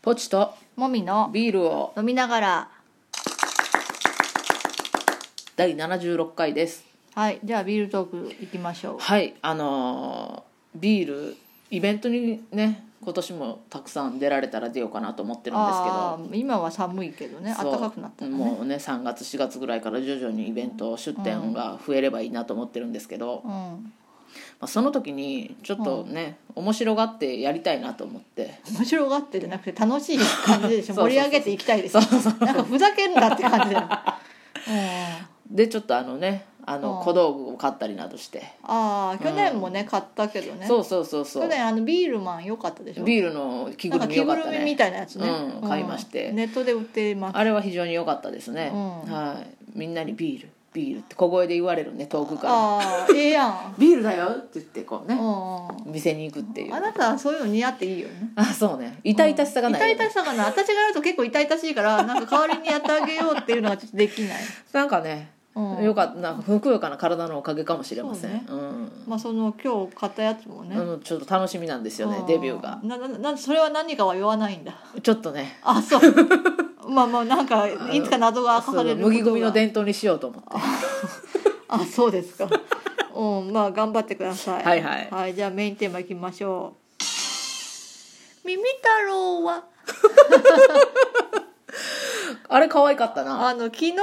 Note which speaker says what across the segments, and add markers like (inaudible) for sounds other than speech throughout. Speaker 1: ポチと
Speaker 2: もみの
Speaker 1: ビールを
Speaker 2: 飲みながら
Speaker 1: 第76回です
Speaker 2: はいじゃあビールトーク行きましょう
Speaker 1: はいあのービールイベントにね今年もたくさん出られたら出ようかなと思ってるんですけど
Speaker 2: あー今は寒いけどね
Speaker 1: そう
Speaker 2: 暖かくなったからね
Speaker 1: もうね3月4月ぐらいから徐々にイベント出店が増えればいいなと思ってるんですけど、ま
Speaker 2: うん
Speaker 1: あ、その時にちょっとね、面白がってやりたいなと思って
Speaker 2: 面白がってじゃなくて楽しい感じでし
Speaker 1: そうそう
Speaker 2: ょ
Speaker 1: そう
Speaker 2: 盛り上げていきたいですなんかふざけんなって感じだ
Speaker 1: (laughs)
Speaker 2: よ、うん、あ
Speaker 1: でちょっとあのねあ
Speaker 2: う
Speaker 1: の
Speaker 2: ん
Speaker 1: 小道具を買ったりなどして、
Speaker 2: あー去年もね、買ったけどね
Speaker 1: そうそうそうそ
Speaker 2: 去
Speaker 1: う
Speaker 2: 年あのビールマン良かったでしょ
Speaker 1: ビールの着ぐ
Speaker 2: な
Speaker 1: るみ
Speaker 2: んか着
Speaker 1: 良
Speaker 2: ぐ
Speaker 1: かっ
Speaker 2: る
Speaker 1: た
Speaker 2: みみ
Speaker 1: ね
Speaker 2: たいなやつね、
Speaker 1: うん買いまして
Speaker 2: ネットで売ってます
Speaker 1: あれは非常に良かったですね、
Speaker 2: うん
Speaker 1: はいみんなにビールビールって小声で言われるね遠くから
Speaker 2: ああええやん
Speaker 1: ビールだよって言ってこう
Speaker 2: う
Speaker 1: ね、
Speaker 2: んうん
Speaker 1: 店に行くっていう
Speaker 2: あなたはそういうの似合っていいよね
Speaker 1: あそうね痛々しさがないよね、
Speaker 2: 痛々しさがない私がやると結構痛々し
Speaker 1: (laughs)
Speaker 2: いからなんか代わりにやってあげようっていうのはちょっとできない、
Speaker 1: なんかね
Speaker 2: うん、
Speaker 1: よかったなふくよかな体のおかげかもしれませんう,、
Speaker 2: まあその今日買ったやつも
Speaker 1: ん
Speaker 2: ね、
Speaker 1: うん、ちょっと楽しみなんですよね
Speaker 2: うん
Speaker 1: デビューが
Speaker 2: なななそれは何かは言わな
Speaker 1: (laughs)
Speaker 2: いんだ
Speaker 1: ちょっとね
Speaker 2: あそうまあまあなんかいつか謎が明か
Speaker 1: そ
Speaker 2: され
Speaker 1: う
Speaker 2: る
Speaker 1: 麦
Speaker 2: こと
Speaker 1: 組
Speaker 2: が
Speaker 1: の伝統にしようと思って
Speaker 2: あそうですかうんまあ頑張ってください
Speaker 1: はいはい
Speaker 2: じゃあメインテーマいきましょう「耳太郎は」
Speaker 1: あれ可愛かったな
Speaker 2: あの昨日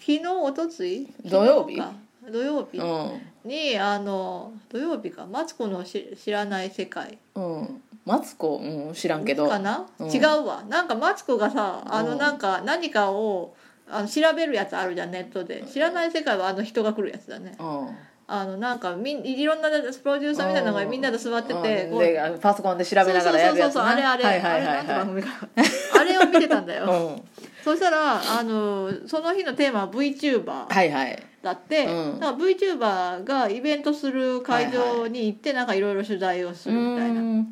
Speaker 2: 昨日おとつい
Speaker 1: 土曜日
Speaker 2: 昨か土曜日
Speaker 1: う
Speaker 2: にあの土曜日か「マツコのし知らない世界
Speaker 1: んうんマツコ、うん、知らん」けど
Speaker 2: かな、
Speaker 1: うん
Speaker 2: 違うわなんかマツコがさあ
Speaker 1: う
Speaker 2: の
Speaker 1: ん
Speaker 2: なんか何かをあの調べるやつあるじゃんネットで知らない世界はあの人が来るやつだね
Speaker 1: うん、
Speaker 2: あのなんかみんいろんなプロデューサーみたいなのがみんなで座ってて、
Speaker 1: うん
Speaker 2: こう
Speaker 1: であのパソコンで調べながらやるやつ
Speaker 2: そうそうそうそう
Speaker 1: な
Speaker 2: あれあれ、
Speaker 1: はいはいは
Speaker 2: あれな
Speaker 1: い
Speaker 2: んて番
Speaker 1: は
Speaker 2: 組か
Speaker 1: (laughs)
Speaker 2: あれを見てたんだ
Speaker 1: い、
Speaker 2: よ、
Speaker 1: うん、
Speaker 2: そしたらあのその日のテーマは VTuber
Speaker 1: はいはい
Speaker 2: だって、
Speaker 1: うん
Speaker 2: だから VTuber がイベントする会場に行ってなんかいろいろ取材をするみたいな、
Speaker 1: うん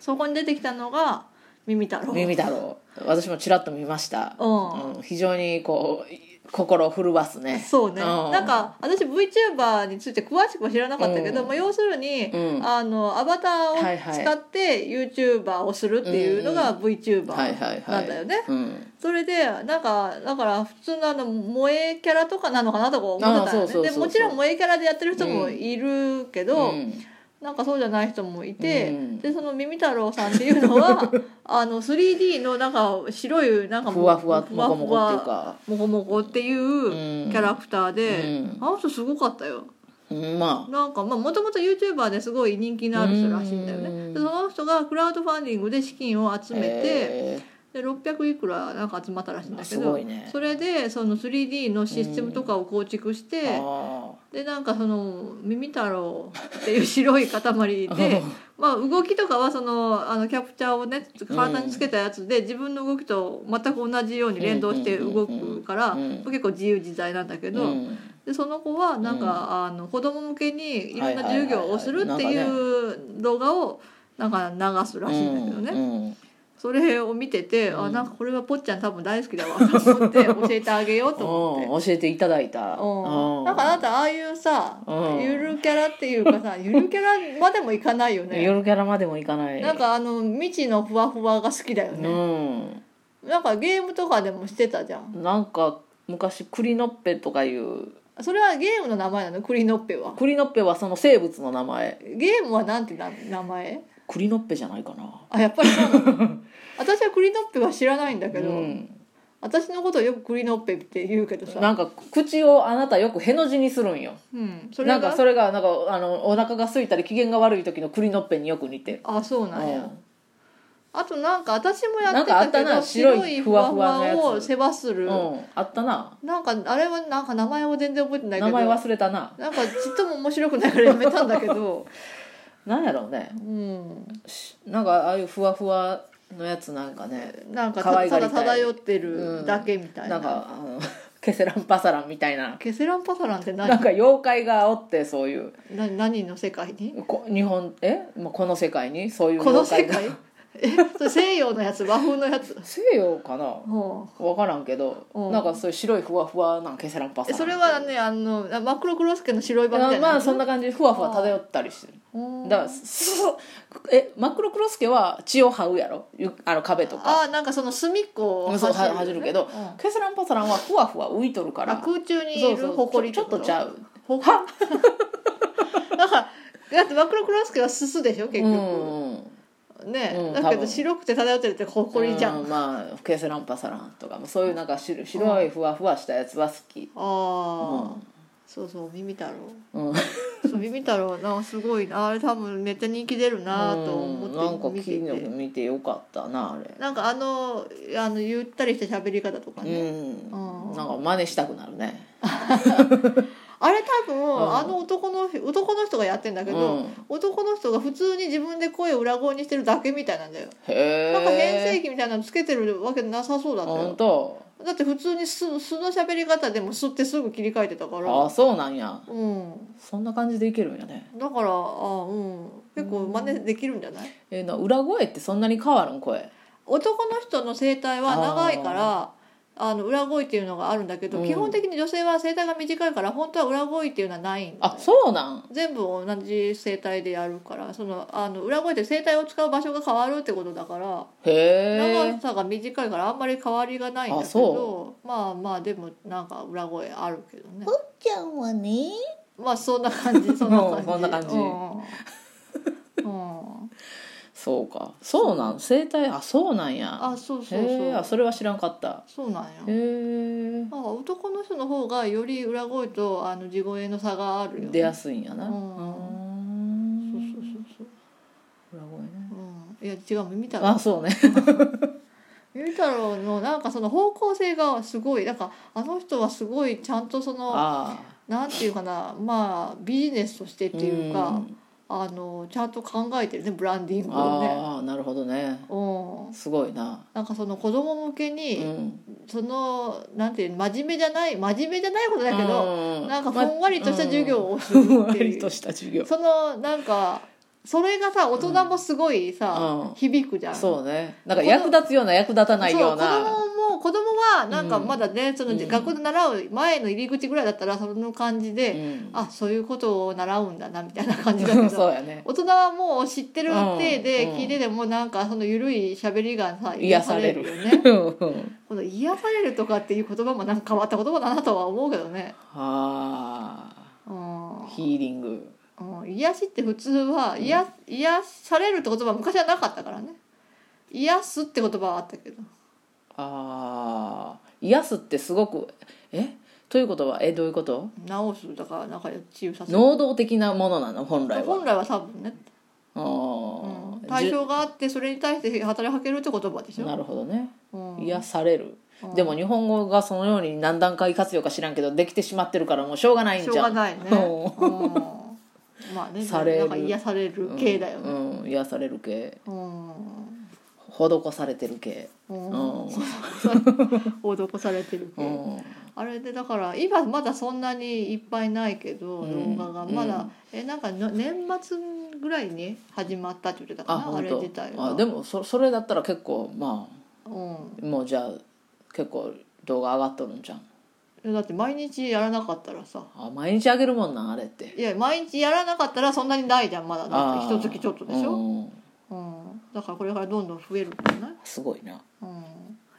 Speaker 2: そこに出てきたのが耳太郎
Speaker 1: 耳太郎私もちらっと見ました、
Speaker 2: うん
Speaker 1: うん、非常にこう心を震わすね
Speaker 2: そうね、
Speaker 1: うん
Speaker 2: なんか私 VTuber について詳しくは知らなかったけど、
Speaker 1: うん
Speaker 2: まあ、要するに、
Speaker 1: うん
Speaker 2: あのアバタ
Speaker 1: は
Speaker 2: ー
Speaker 1: い
Speaker 2: を
Speaker 1: はい
Speaker 2: 使って YouTuber をするっていうのが VTuber
Speaker 1: はいはいはい
Speaker 2: なんだよね、
Speaker 1: うん、
Speaker 2: それでなんかだから普通のあの萌えキャラとかなのかなとか思ってた
Speaker 1: ああそう
Speaker 2: よ
Speaker 1: そうそう
Speaker 2: ねで
Speaker 1: そう
Speaker 2: もちろん萌えキャラでやってる人もいるけど、
Speaker 1: ん
Speaker 2: なんかそうじゃない人もいて、
Speaker 1: うん
Speaker 2: でその耳太郎さんっていうの
Speaker 1: (laughs)
Speaker 2: はあの 3D のなんか白いなんかも
Speaker 1: ふわふわもこもこっていうか
Speaker 2: もこもこっていうんキャラクターで、
Speaker 1: うん
Speaker 2: あの人すごかったよ
Speaker 1: うんま
Speaker 2: なんかまあもともと YouTuber ですごい人気のある人らしいんだよ
Speaker 1: うん
Speaker 2: ねでその人がクラウドファンディングで資金を集
Speaker 1: あ
Speaker 2: めて、
Speaker 1: え
Speaker 2: で600いくらなんか集まったらしいんだけ
Speaker 1: あすご
Speaker 2: ど、
Speaker 1: いね
Speaker 2: それでその 3D のシステムとかを構築して、
Speaker 1: ーあ
Speaker 2: でなんかその耳太郎っていう白い塊
Speaker 1: (laughs)
Speaker 2: でまあ動きとかはそのあのキャプチャーをね体につけたやつで自分の動きと全く同じように連動して動くから
Speaker 1: うんうんうん
Speaker 2: 結構自由自在なんだけ
Speaker 1: ー
Speaker 2: ど、
Speaker 1: うん
Speaker 2: でその子はなんか、
Speaker 1: うん
Speaker 2: あの子供向けにいろんな
Speaker 1: はいはいはいはい
Speaker 2: 授業をするっていう動画をなんか流すらしいんだけどね。
Speaker 1: うんうん
Speaker 2: それを見てて、
Speaker 1: う
Speaker 2: あ
Speaker 1: ん
Speaker 2: なんかこれはぽっちゃん多分大好きだわと
Speaker 1: (laughs)
Speaker 2: 思って教えてあげようと思って。
Speaker 1: うん教えていただいた
Speaker 2: うん、なんかあなたああいうさ、
Speaker 1: うん
Speaker 2: ゆるキャラっていうかさゆるキャラまでもいかないよね
Speaker 1: 夜キャラまでもいかない
Speaker 2: なんかあの未知のふわふわが好きだよ
Speaker 1: う
Speaker 2: ね、
Speaker 1: ん
Speaker 2: なんかゲームとかでもしてたじゃん
Speaker 1: なんか昔クリノッペとかいう
Speaker 2: それはゲームの名前なのクリノッペは
Speaker 1: クリノッペはその生物の名前
Speaker 2: ゲームはなんてな名前
Speaker 1: クリノッペじゃないかな
Speaker 2: あやっぱり
Speaker 1: (laughs)
Speaker 2: そうなの私はクリノッペは知らないんだけど、
Speaker 1: うん、
Speaker 2: 私のことをよくクリノッペって言うけど
Speaker 1: な
Speaker 2: さ、
Speaker 1: んか口をあなたよくへの字にするんよ
Speaker 2: うん、それ
Speaker 1: な
Speaker 2: が
Speaker 1: んかそれがなんかあのお腹が空いたり機嫌が悪い時のクリノッペによく似てる
Speaker 2: あそうなんや、
Speaker 1: うん
Speaker 2: あとなんか私もや
Speaker 1: な
Speaker 2: っ
Speaker 1: ん
Speaker 2: て
Speaker 1: かあ
Speaker 2: た
Speaker 1: った
Speaker 2: けど
Speaker 1: な白いふわふわのやつ
Speaker 2: ふわふわを世話する、
Speaker 1: うん、あったな
Speaker 2: なんかあれはなんか名前を全然覚えてないけ
Speaker 1: 名
Speaker 2: ど
Speaker 1: 前忘れたな
Speaker 2: なんかちっとも面白くないからやめたんだ
Speaker 1: (laughs)
Speaker 2: けど
Speaker 1: なんやろうね
Speaker 2: うん
Speaker 1: しなんかああいうふわふわのやつなんかね
Speaker 2: なんか
Speaker 1: 可
Speaker 2: た
Speaker 1: 愛がりた
Speaker 2: だ
Speaker 1: い
Speaker 2: 漂って
Speaker 1: うん
Speaker 2: るだけみたい
Speaker 1: な
Speaker 2: な,、
Speaker 1: んかあの (laughs) ケセランパサランみたいな
Speaker 2: ケセランパサランって何
Speaker 1: なんか妖怪がおってそういう
Speaker 2: な何の世界に
Speaker 1: こ日本えもうこの世界にそういう
Speaker 2: この
Speaker 1: 妖
Speaker 2: 世
Speaker 1: 怪が
Speaker 2: 界 (laughs) えそれ西洋のやつ和風のやつ
Speaker 1: 西洋かな
Speaker 2: ほう
Speaker 1: 分からんけど、
Speaker 2: うん
Speaker 1: なんかそういう白いふわふわなんケセランパサ
Speaker 2: え
Speaker 1: ラン
Speaker 2: それはねあのあマクロクロスケの白い版みたいな
Speaker 1: まあ
Speaker 2: やつ
Speaker 1: そんな感じでふわふわ漂ったりしてるだからすす (laughs) えマクロクロスケは血を這うやろゆあの壁とか
Speaker 2: あーなんかその隅っこを
Speaker 1: そう
Speaker 2: よね
Speaker 1: は走るけど
Speaker 2: うん
Speaker 1: ケスランパサランはふわふわ浮いとるから
Speaker 2: あ空中にいる
Speaker 1: そうそう
Speaker 2: 埃
Speaker 1: ちょちょっとちゃう
Speaker 2: ほ (laughs) こはだからだってマクロクロスケはすすでしょ結
Speaker 1: う
Speaker 2: 局、
Speaker 1: んうん
Speaker 2: ね、
Speaker 1: うん
Speaker 2: だけ
Speaker 1: 多
Speaker 2: ど
Speaker 1: 分
Speaker 2: 白くて漂ってるって埃じゃん、
Speaker 1: う
Speaker 2: あ
Speaker 1: まあケセランパサランとかもそういうなんか白白いふわふわしたやつは好き
Speaker 2: あー、そうそう耳太郎
Speaker 1: うん、うん、
Speaker 2: そう耳太郎なすごいなあれ多分めっちゃ人気出るなと
Speaker 1: なん
Speaker 2: 思
Speaker 1: か
Speaker 2: って見
Speaker 1: 見
Speaker 2: て
Speaker 1: て
Speaker 2: て
Speaker 1: 見てよかったなあれ
Speaker 2: なんかあのあのゆったりした喋り方とかね、
Speaker 1: うん
Speaker 2: うん
Speaker 1: なんか真似したくなるね
Speaker 2: あれ多分、
Speaker 1: ん
Speaker 2: あの男の男の人がやってんだけど、
Speaker 1: うん
Speaker 2: 男の人が普通に自分で声を裏声にしてるだけみたいなんだよ
Speaker 1: へえ
Speaker 2: なんか変声機みたいなのつけてるわけなさそうだった
Speaker 1: 本
Speaker 2: よ
Speaker 1: 当
Speaker 2: だって普通に素素の喋り方でも素ってすぐ切り替えてたから
Speaker 1: あそうなんや
Speaker 2: うん
Speaker 1: そんな感じでいけるんやね
Speaker 2: だからあうん結構真似できるんじゃない、
Speaker 1: えーな裏声ってそんなに変わるん声
Speaker 2: 男の人の声帯は長いからあの裏声っていうのがあるんだけど、
Speaker 1: うん
Speaker 2: 基本的に女性は声帯が短いから本当は裏声っていうのはないんだよ
Speaker 1: あそうなん
Speaker 2: 全部同じ声帯でやるからそのあの裏声って声帯を使う場所が変わるってことだから
Speaker 1: へえ
Speaker 2: 長さが短いからあんまり変わりがないん
Speaker 1: あ
Speaker 2: だけ
Speaker 1: そ
Speaker 2: どまあまあでもなんか裏声あるけどね
Speaker 1: ちゃんはね
Speaker 2: まあそんな感
Speaker 1: (laughs)
Speaker 2: じそんな感
Speaker 1: うん
Speaker 2: じ
Speaker 1: そんな感じ
Speaker 2: うんうん
Speaker 1: そうかそうなん声帯あそうなんや
Speaker 2: あそうそう
Speaker 1: へえ
Speaker 2: そ
Speaker 1: あ
Speaker 2: う
Speaker 1: それは知らんかった
Speaker 2: そうなん
Speaker 1: へ
Speaker 2: や
Speaker 1: え
Speaker 2: なんか男の人の方がより裏声とあの地声の差があるよ、ね、
Speaker 1: 出やすいんやな
Speaker 2: う
Speaker 1: うんん
Speaker 2: そうそうそ
Speaker 1: 裏
Speaker 2: う
Speaker 1: 声ね
Speaker 2: そう、うん、いや違う耳た
Speaker 1: あそう
Speaker 2: (laughs)
Speaker 1: ね
Speaker 2: ゆ太郎のなんかその方向性がすごいなんかあの人はすごいちゃんとその
Speaker 1: ああ
Speaker 2: なんていうかなまあビジネスとしてっていうか、
Speaker 1: ん
Speaker 2: あのちゃんと考えてるねブランディングをね。
Speaker 1: ああなるほどね
Speaker 2: うん
Speaker 1: すごいな
Speaker 2: なんかその子供向け
Speaker 1: う
Speaker 2: に、
Speaker 1: ん
Speaker 2: そのなんていう真面目じゃない真面目じゃないことだけど、
Speaker 1: ど
Speaker 2: なんかふんわりとした授業をする
Speaker 1: ふん
Speaker 2: っ
Speaker 1: わ
Speaker 2: てい
Speaker 1: り
Speaker 2: う、
Speaker 1: とした授業
Speaker 2: (laughs) そのなんかそれがさ大人もすごいさ、
Speaker 1: うん
Speaker 2: 響くじゃん。
Speaker 1: そうねなんか役立つような役立たないような
Speaker 2: そう子供も子供はなんか
Speaker 1: うん
Speaker 2: まだね、その
Speaker 1: うん
Speaker 2: 学校で習う前の入り口ぐらいだったらその感じ
Speaker 1: う
Speaker 2: で、
Speaker 1: ん
Speaker 2: あそういうことを習うんだなみたいな感じだけ
Speaker 1: (laughs)
Speaker 2: ど
Speaker 1: そうやね
Speaker 2: 大人はもう知ってる体で
Speaker 1: うん
Speaker 2: 聞いててもなんかその緩い喋りがさ
Speaker 1: 癒される
Speaker 2: よね
Speaker 1: うん
Speaker 2: この癒されるとかっていう言葉もなんか変わった言葉だなとは思うけどね、
Speaker 1: あ
Speaker 2: うん
Speaker 1: あヒーリング
Speaker 2: うん、癒しって普通は癒,、癒されるって言葉は昔はなかったからね癒すって言葉はあったけど
Speaker 1: ああ癒すってすごくえということはえどういうこと
Speaker 2: 治すだからなんか治癒させる
Speaker 1: 能動的なものなの本来は
Speaker 2: 本来は多分ね、
Speaker 1: あ
Speaker 2: うん、
Speaker 1: ー
Speaker 2: 対
Speaker 1: じゅ
Speaker 2: 象があってそれに対して働きかけるって言葉でしょ、
Speaker 1: なるほどね
Speaker 2: うん、
Speaker 1: 癒される
Speaker 2: うん
Speaker 1: でも日本語がそのように何段階活用か知らんけどできてしまってるからもうしょうがないん
Speaker 2: し
Speaker 1: じ
Speaker 2: ょ
Speaker 1: ゃ
Speaker 2: うんがないね、
Speaker 1: うん
Speaker 2: うんまあね
Speaker 1: される
Speaker 2: なんか癒される系だよね
Speaker 1: うん、癒される系
Speaker 2: うん、
Speaker 1: 施されてる系
Speaker 2: うん
Speaker 1: うん、
Speaker 2: (laughs)
Speaker 1: (laughs)
Speaker 2: 施されてる系、
Speaker 1: うん、
Speaker 2: あれでだから今まだそんなにいっぱいないけど、
Speaker 1: うん
Speaker 2: 動画がまだ、
Speaker 1: うん
Speaker 2: えなんかの年末ぐらいに始まったって言ってたか
Speaker 1: あ
Speaker 2: なあ
Speaker 1: 本
Speaker 2: れ
Speaker 1: 当
Speaker 2: 自体は
Speaker 1: あでもそそれだったら結構ま
Speaker 2: うん
Speaker 1: あもうじゃあ結構動画上がっとるんじゃん
Speaker 2: いやだって毎日やらなかったらさ
Speaker 1: あ毎日あげるもんなんあれって
Speaker 2: いや毎日やらなかったらそんなにないじゃんまだだって
Speaker 1: あー
Speaker 2: 一月ちょっとでしょ、
Speaker 1: うん
Speaker 2: うん、だからこれからどんどん増えるんじゃない、
Speaker 1: すごいな
Speaker 2: うん、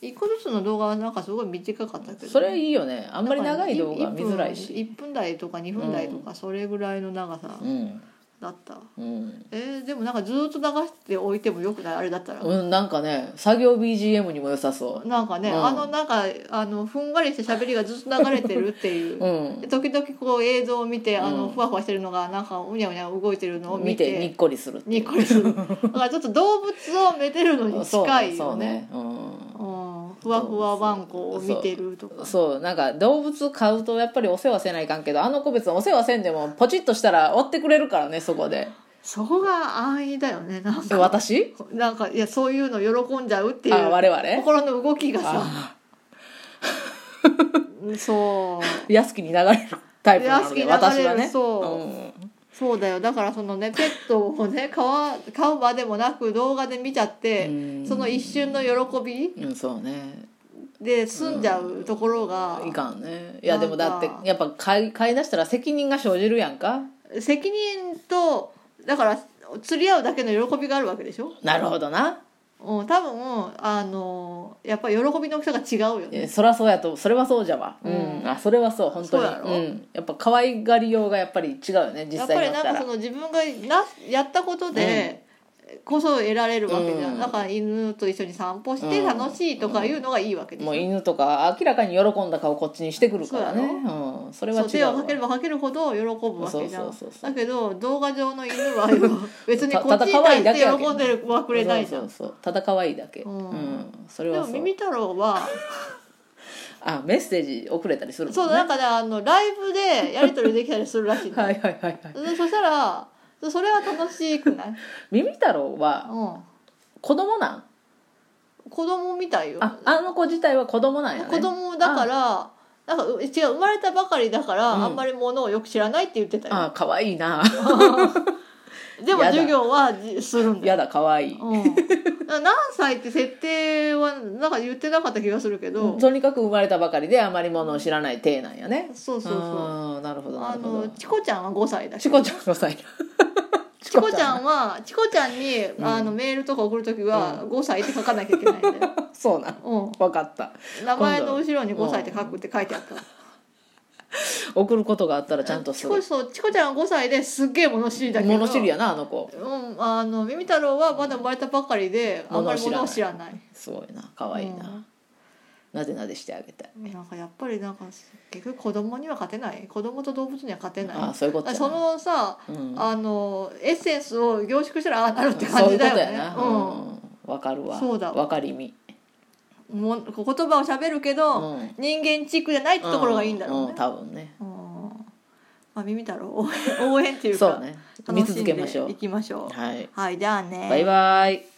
Speaker 2: 一個ずつの動画はなんかすごい短かったけど
Speaker 1: それいいよねあんまり長い動画見づらいし
Speaker 2: 1分台とか2分台とかそれぐらいの長さ
Speaker 1: うん
Speaker 2: だった、
Speaker 1: うん、
Speaker 2: えーでもなんかずーっと流しておいてもよくないあれだったら、
Speaker 1: うん、なんかね作業 BGM にも良さそ
Speaker 2: なんかね、
Speaker 1: うん
Speaker 2: あのなんかあのふんわりした喋りがずっと流れてるっていう
Speaker 1: う、うん
Speaker 2: で、時々こう映像を見てあの
Speaker 1: うん
Speaker 2: ふわふわしてるのがなんかうにゃうにゃ動いてるのを見
Speaker 1: 見
Speaker 2: て
Speaker 1: てにっこりするってい
Speaker 2: に
Speaker 1: う
Speaker 2: これす
Speaker 1: (laughs)
Speaker 2: るだからちょっと動物をめでるのに近い
Speaker 1: そ
Speaker 2: よ
Speaker 1: う
Speaker 2: ね
Speaker 1: ねそうね
Speaker 2: うん、ふわふわワンコを見てると
Speaker 1: う
Speaker 2: か
Speaker 1: んそうなんか動物飼うとやっぱりお世話せないかんけどあの子別にお世話せんでもポチッとしたら追ってくれるからねそこで
Speaker 2: そこが安易だよねなん
Speaker 1: え
Speaker 2: か
Speaker 1: 私
Speaker 2: なんかいやそういうの喜んじゃうってい
Speaker 1: あ
Speaker 2: う
Speaker 1: 我々
Speaker 2: 心の動きがさ
Speaker 1: あ
Speaker 2: そ
Speaker 1: 安きに流れるタイプなので
Speaker 2: 安き
Speaker 1: 私
Speaker 2: に流れる
Speaker 1: はね
Speaker 2: そううそうだよだからそのねペットをね (laughs) 飼わ飼うまでもなく動画で見ちゃって
Speaker 1: うん
Speaker 2: その一瞬の喜び
Speaker 1: うん、うん、そうね
Speaker 2: で済んじゃうところが
Speaker 1: いかんねいやでもだって
Speaker 2: なんか
Speaker 1: やっぱ飼い飼い出したら責任が生じるやんか
Speaker 2: 責任とだから釣り合うだけの喜びがあるわけでしょ、
Speaker 1: なるほどな
Speaker 2: うん、多分あのやっぱり喜びの大きさが違うよね
Speaker 1: えそらそうやとそれはそうじゃわうん、
Speaker 2: うん
Speaker 1: あそれはそう本当に
Speaker 2: そうやろ
Speaker 1: ん、やっぱ可愛がりようがやっぱり違うよね実
Speaker 2: やっ
Speaker 1: 際
Speaker 2: ぱ
Speaker 1: に
Speaker 2: り
Speaker 1: やっ
Speaker 2: な
Speaker 1: た
Speaker 2: んからその自分がなやったことでこそ得られるわけじゃん、
Speaker 1: うん
Speaker 2: だから犬と一緒に散歩して楽しいとかいうのがいいわけでし
Speaker 1: も
Speaker 2: ょ、
Speaker 1: う犬とか明らかに喜んだ顔こっちにしてくるからね
Speaker 2: そう
Speaker 1: うん、それは
Speaker 2: そう
Speaker 1: 違
Speaker 2: 手
Speaker 1: う
Speaker 2: を
Speaker 1: わ
Speaker 2: かければかけるほど喜ぶわけじゃ
Speaker 1: そうんそうそうそう
Speaker 2: だけど動画上の犬は
Speaker 1: (laughs)
Speaker 2: 別にこ
Speaker 1: たただ
Speaker 2: っちに
Speaker 1: 可愛
Speaker 2: 対
Speaker 1: いだ
Speaker 2: し
Speaker 1: け
Speaker 2: て
Speaker 1: やけど
Speaker 2: 喜んでるはくれないじゃん
Speaker 1: そうそうそうただ可愛いだけう、
Speaker 2: うんん
Speaker 1: それ
Speaker 2: で
Speaker 1: は
Speaker 2: も
Speaker 1: そう
Speaker 2: 耳太郎は
Speaker 1: あメッセージ送れたりするもんね
Speaker 2: そうなんかねあのライブでやり取りできたりするらしい
Speaker 1: (laughs)
Speaker 2: の
Speaker 1: はいはいはいはい
Speaker 2: でそしたらそれは楽しくない、
Speaker 1: 耳太郎は
Speaker 2: う
Speaker 1: 子供なん
Speaker 2: ん、子供みたいよ
Speaker 1: ああの子自体は子供なんやね
Speaker 2: 子供だからなんかう違う生まれたばかりだから、
Speaker 1: うん
Speaker 2: あんまりものをよく知らないって言ってたよ
Speaker 1: あ可愛いな (laughs)
Speaker 2: でも
Speaker 1: やだ
Speaker 2: 授業はじするんだよ
Speaker 1: やだ可愛い
Speaker 2: うん、だから何歳って設定はなんか言ってなかった気がするけど、
Speaker 1: とにかく生まれたばかりであまりものを知らない体なんやね
Speaker 2: そうそうそう
Speaker 1: あーなるほどな
Speaker 2: あ
Speaker 1: るほ
Speaker 2: の
Speaker 1: ど
Speaker 2: チコちゃんは5歳だ
Speaker 1: チ
Speaker 2: し
Speaker 1: コちゃんの歳
Speaker 2: チコちゃんはチコちゃんに、
Speaker 1: ん
Speaker 2: あのメールとか送る時は5歳って書かなきゃいけないんだ
Speaker 1: (laughs)
Speaker 2: よ、
Speaker 1: そうなん
Speaker 2: うん、
Speaker 1: 分かった
Speaker 2: 名前の後ろに5歳って書くって書いてあった
Speaker 1: 送ることがあったらちゃんとす
Speaker 2: チコ
Speaker 1: る
Speaker 2: そうチコちゃんは5歳ですっげえ物知りだけど
Speaker 1: 物知りやなあの子
Speaker 2: うん、あのミミ太郎はまだ生まれたばかりであんまりもの
Speaker 1: 物を
Speaker 2: を
Speaker 1: 知
Speaker 2: 知
Speaker 1: ら
Speaker 2: らない
Speaker 1: すごいな可愛いな、
Speaker 2: うん
Speaker 1: なでなでしてあげたい
Speaker 2: なんかやっぱりなんか結局子供には勝てない子供と動物には勝てない
Speaker 1: あーそういうことやな
Speaker 2: そのさ、
Speaker 1: うん
Speaker 2: あのエッセンスを凝縮したらああなるって
Speaker 1: そ
Speaker 2: 感
Speaker 1: うい
Speaker 2: じ
Speaker 1: うこ
Speaker 2: だよ
Speaker 1: とや
Speaker 2: ね
Speaker 1: な
Speaker 2: う
Speaker 1: うんわかるわ
Speaker 2: そうだわ
Speaker 1: わかりみ
Speaker 2: んもう言葉を喋るけど、
Speaker 1: うん
Speaker 2: 人間チックじゃないってところがいいんだろうね、
Speaker 1: んん多分ね
Speaker 2: うんまあ、耳太郎応援応援っていうか (laughs)
Speaker 1: そうね見続けましょ
Speaker 2: 楽んでいうきましょう
Speaker 1: はい
Speaker 2: はいじゃあね
Speaker 1: バイバイ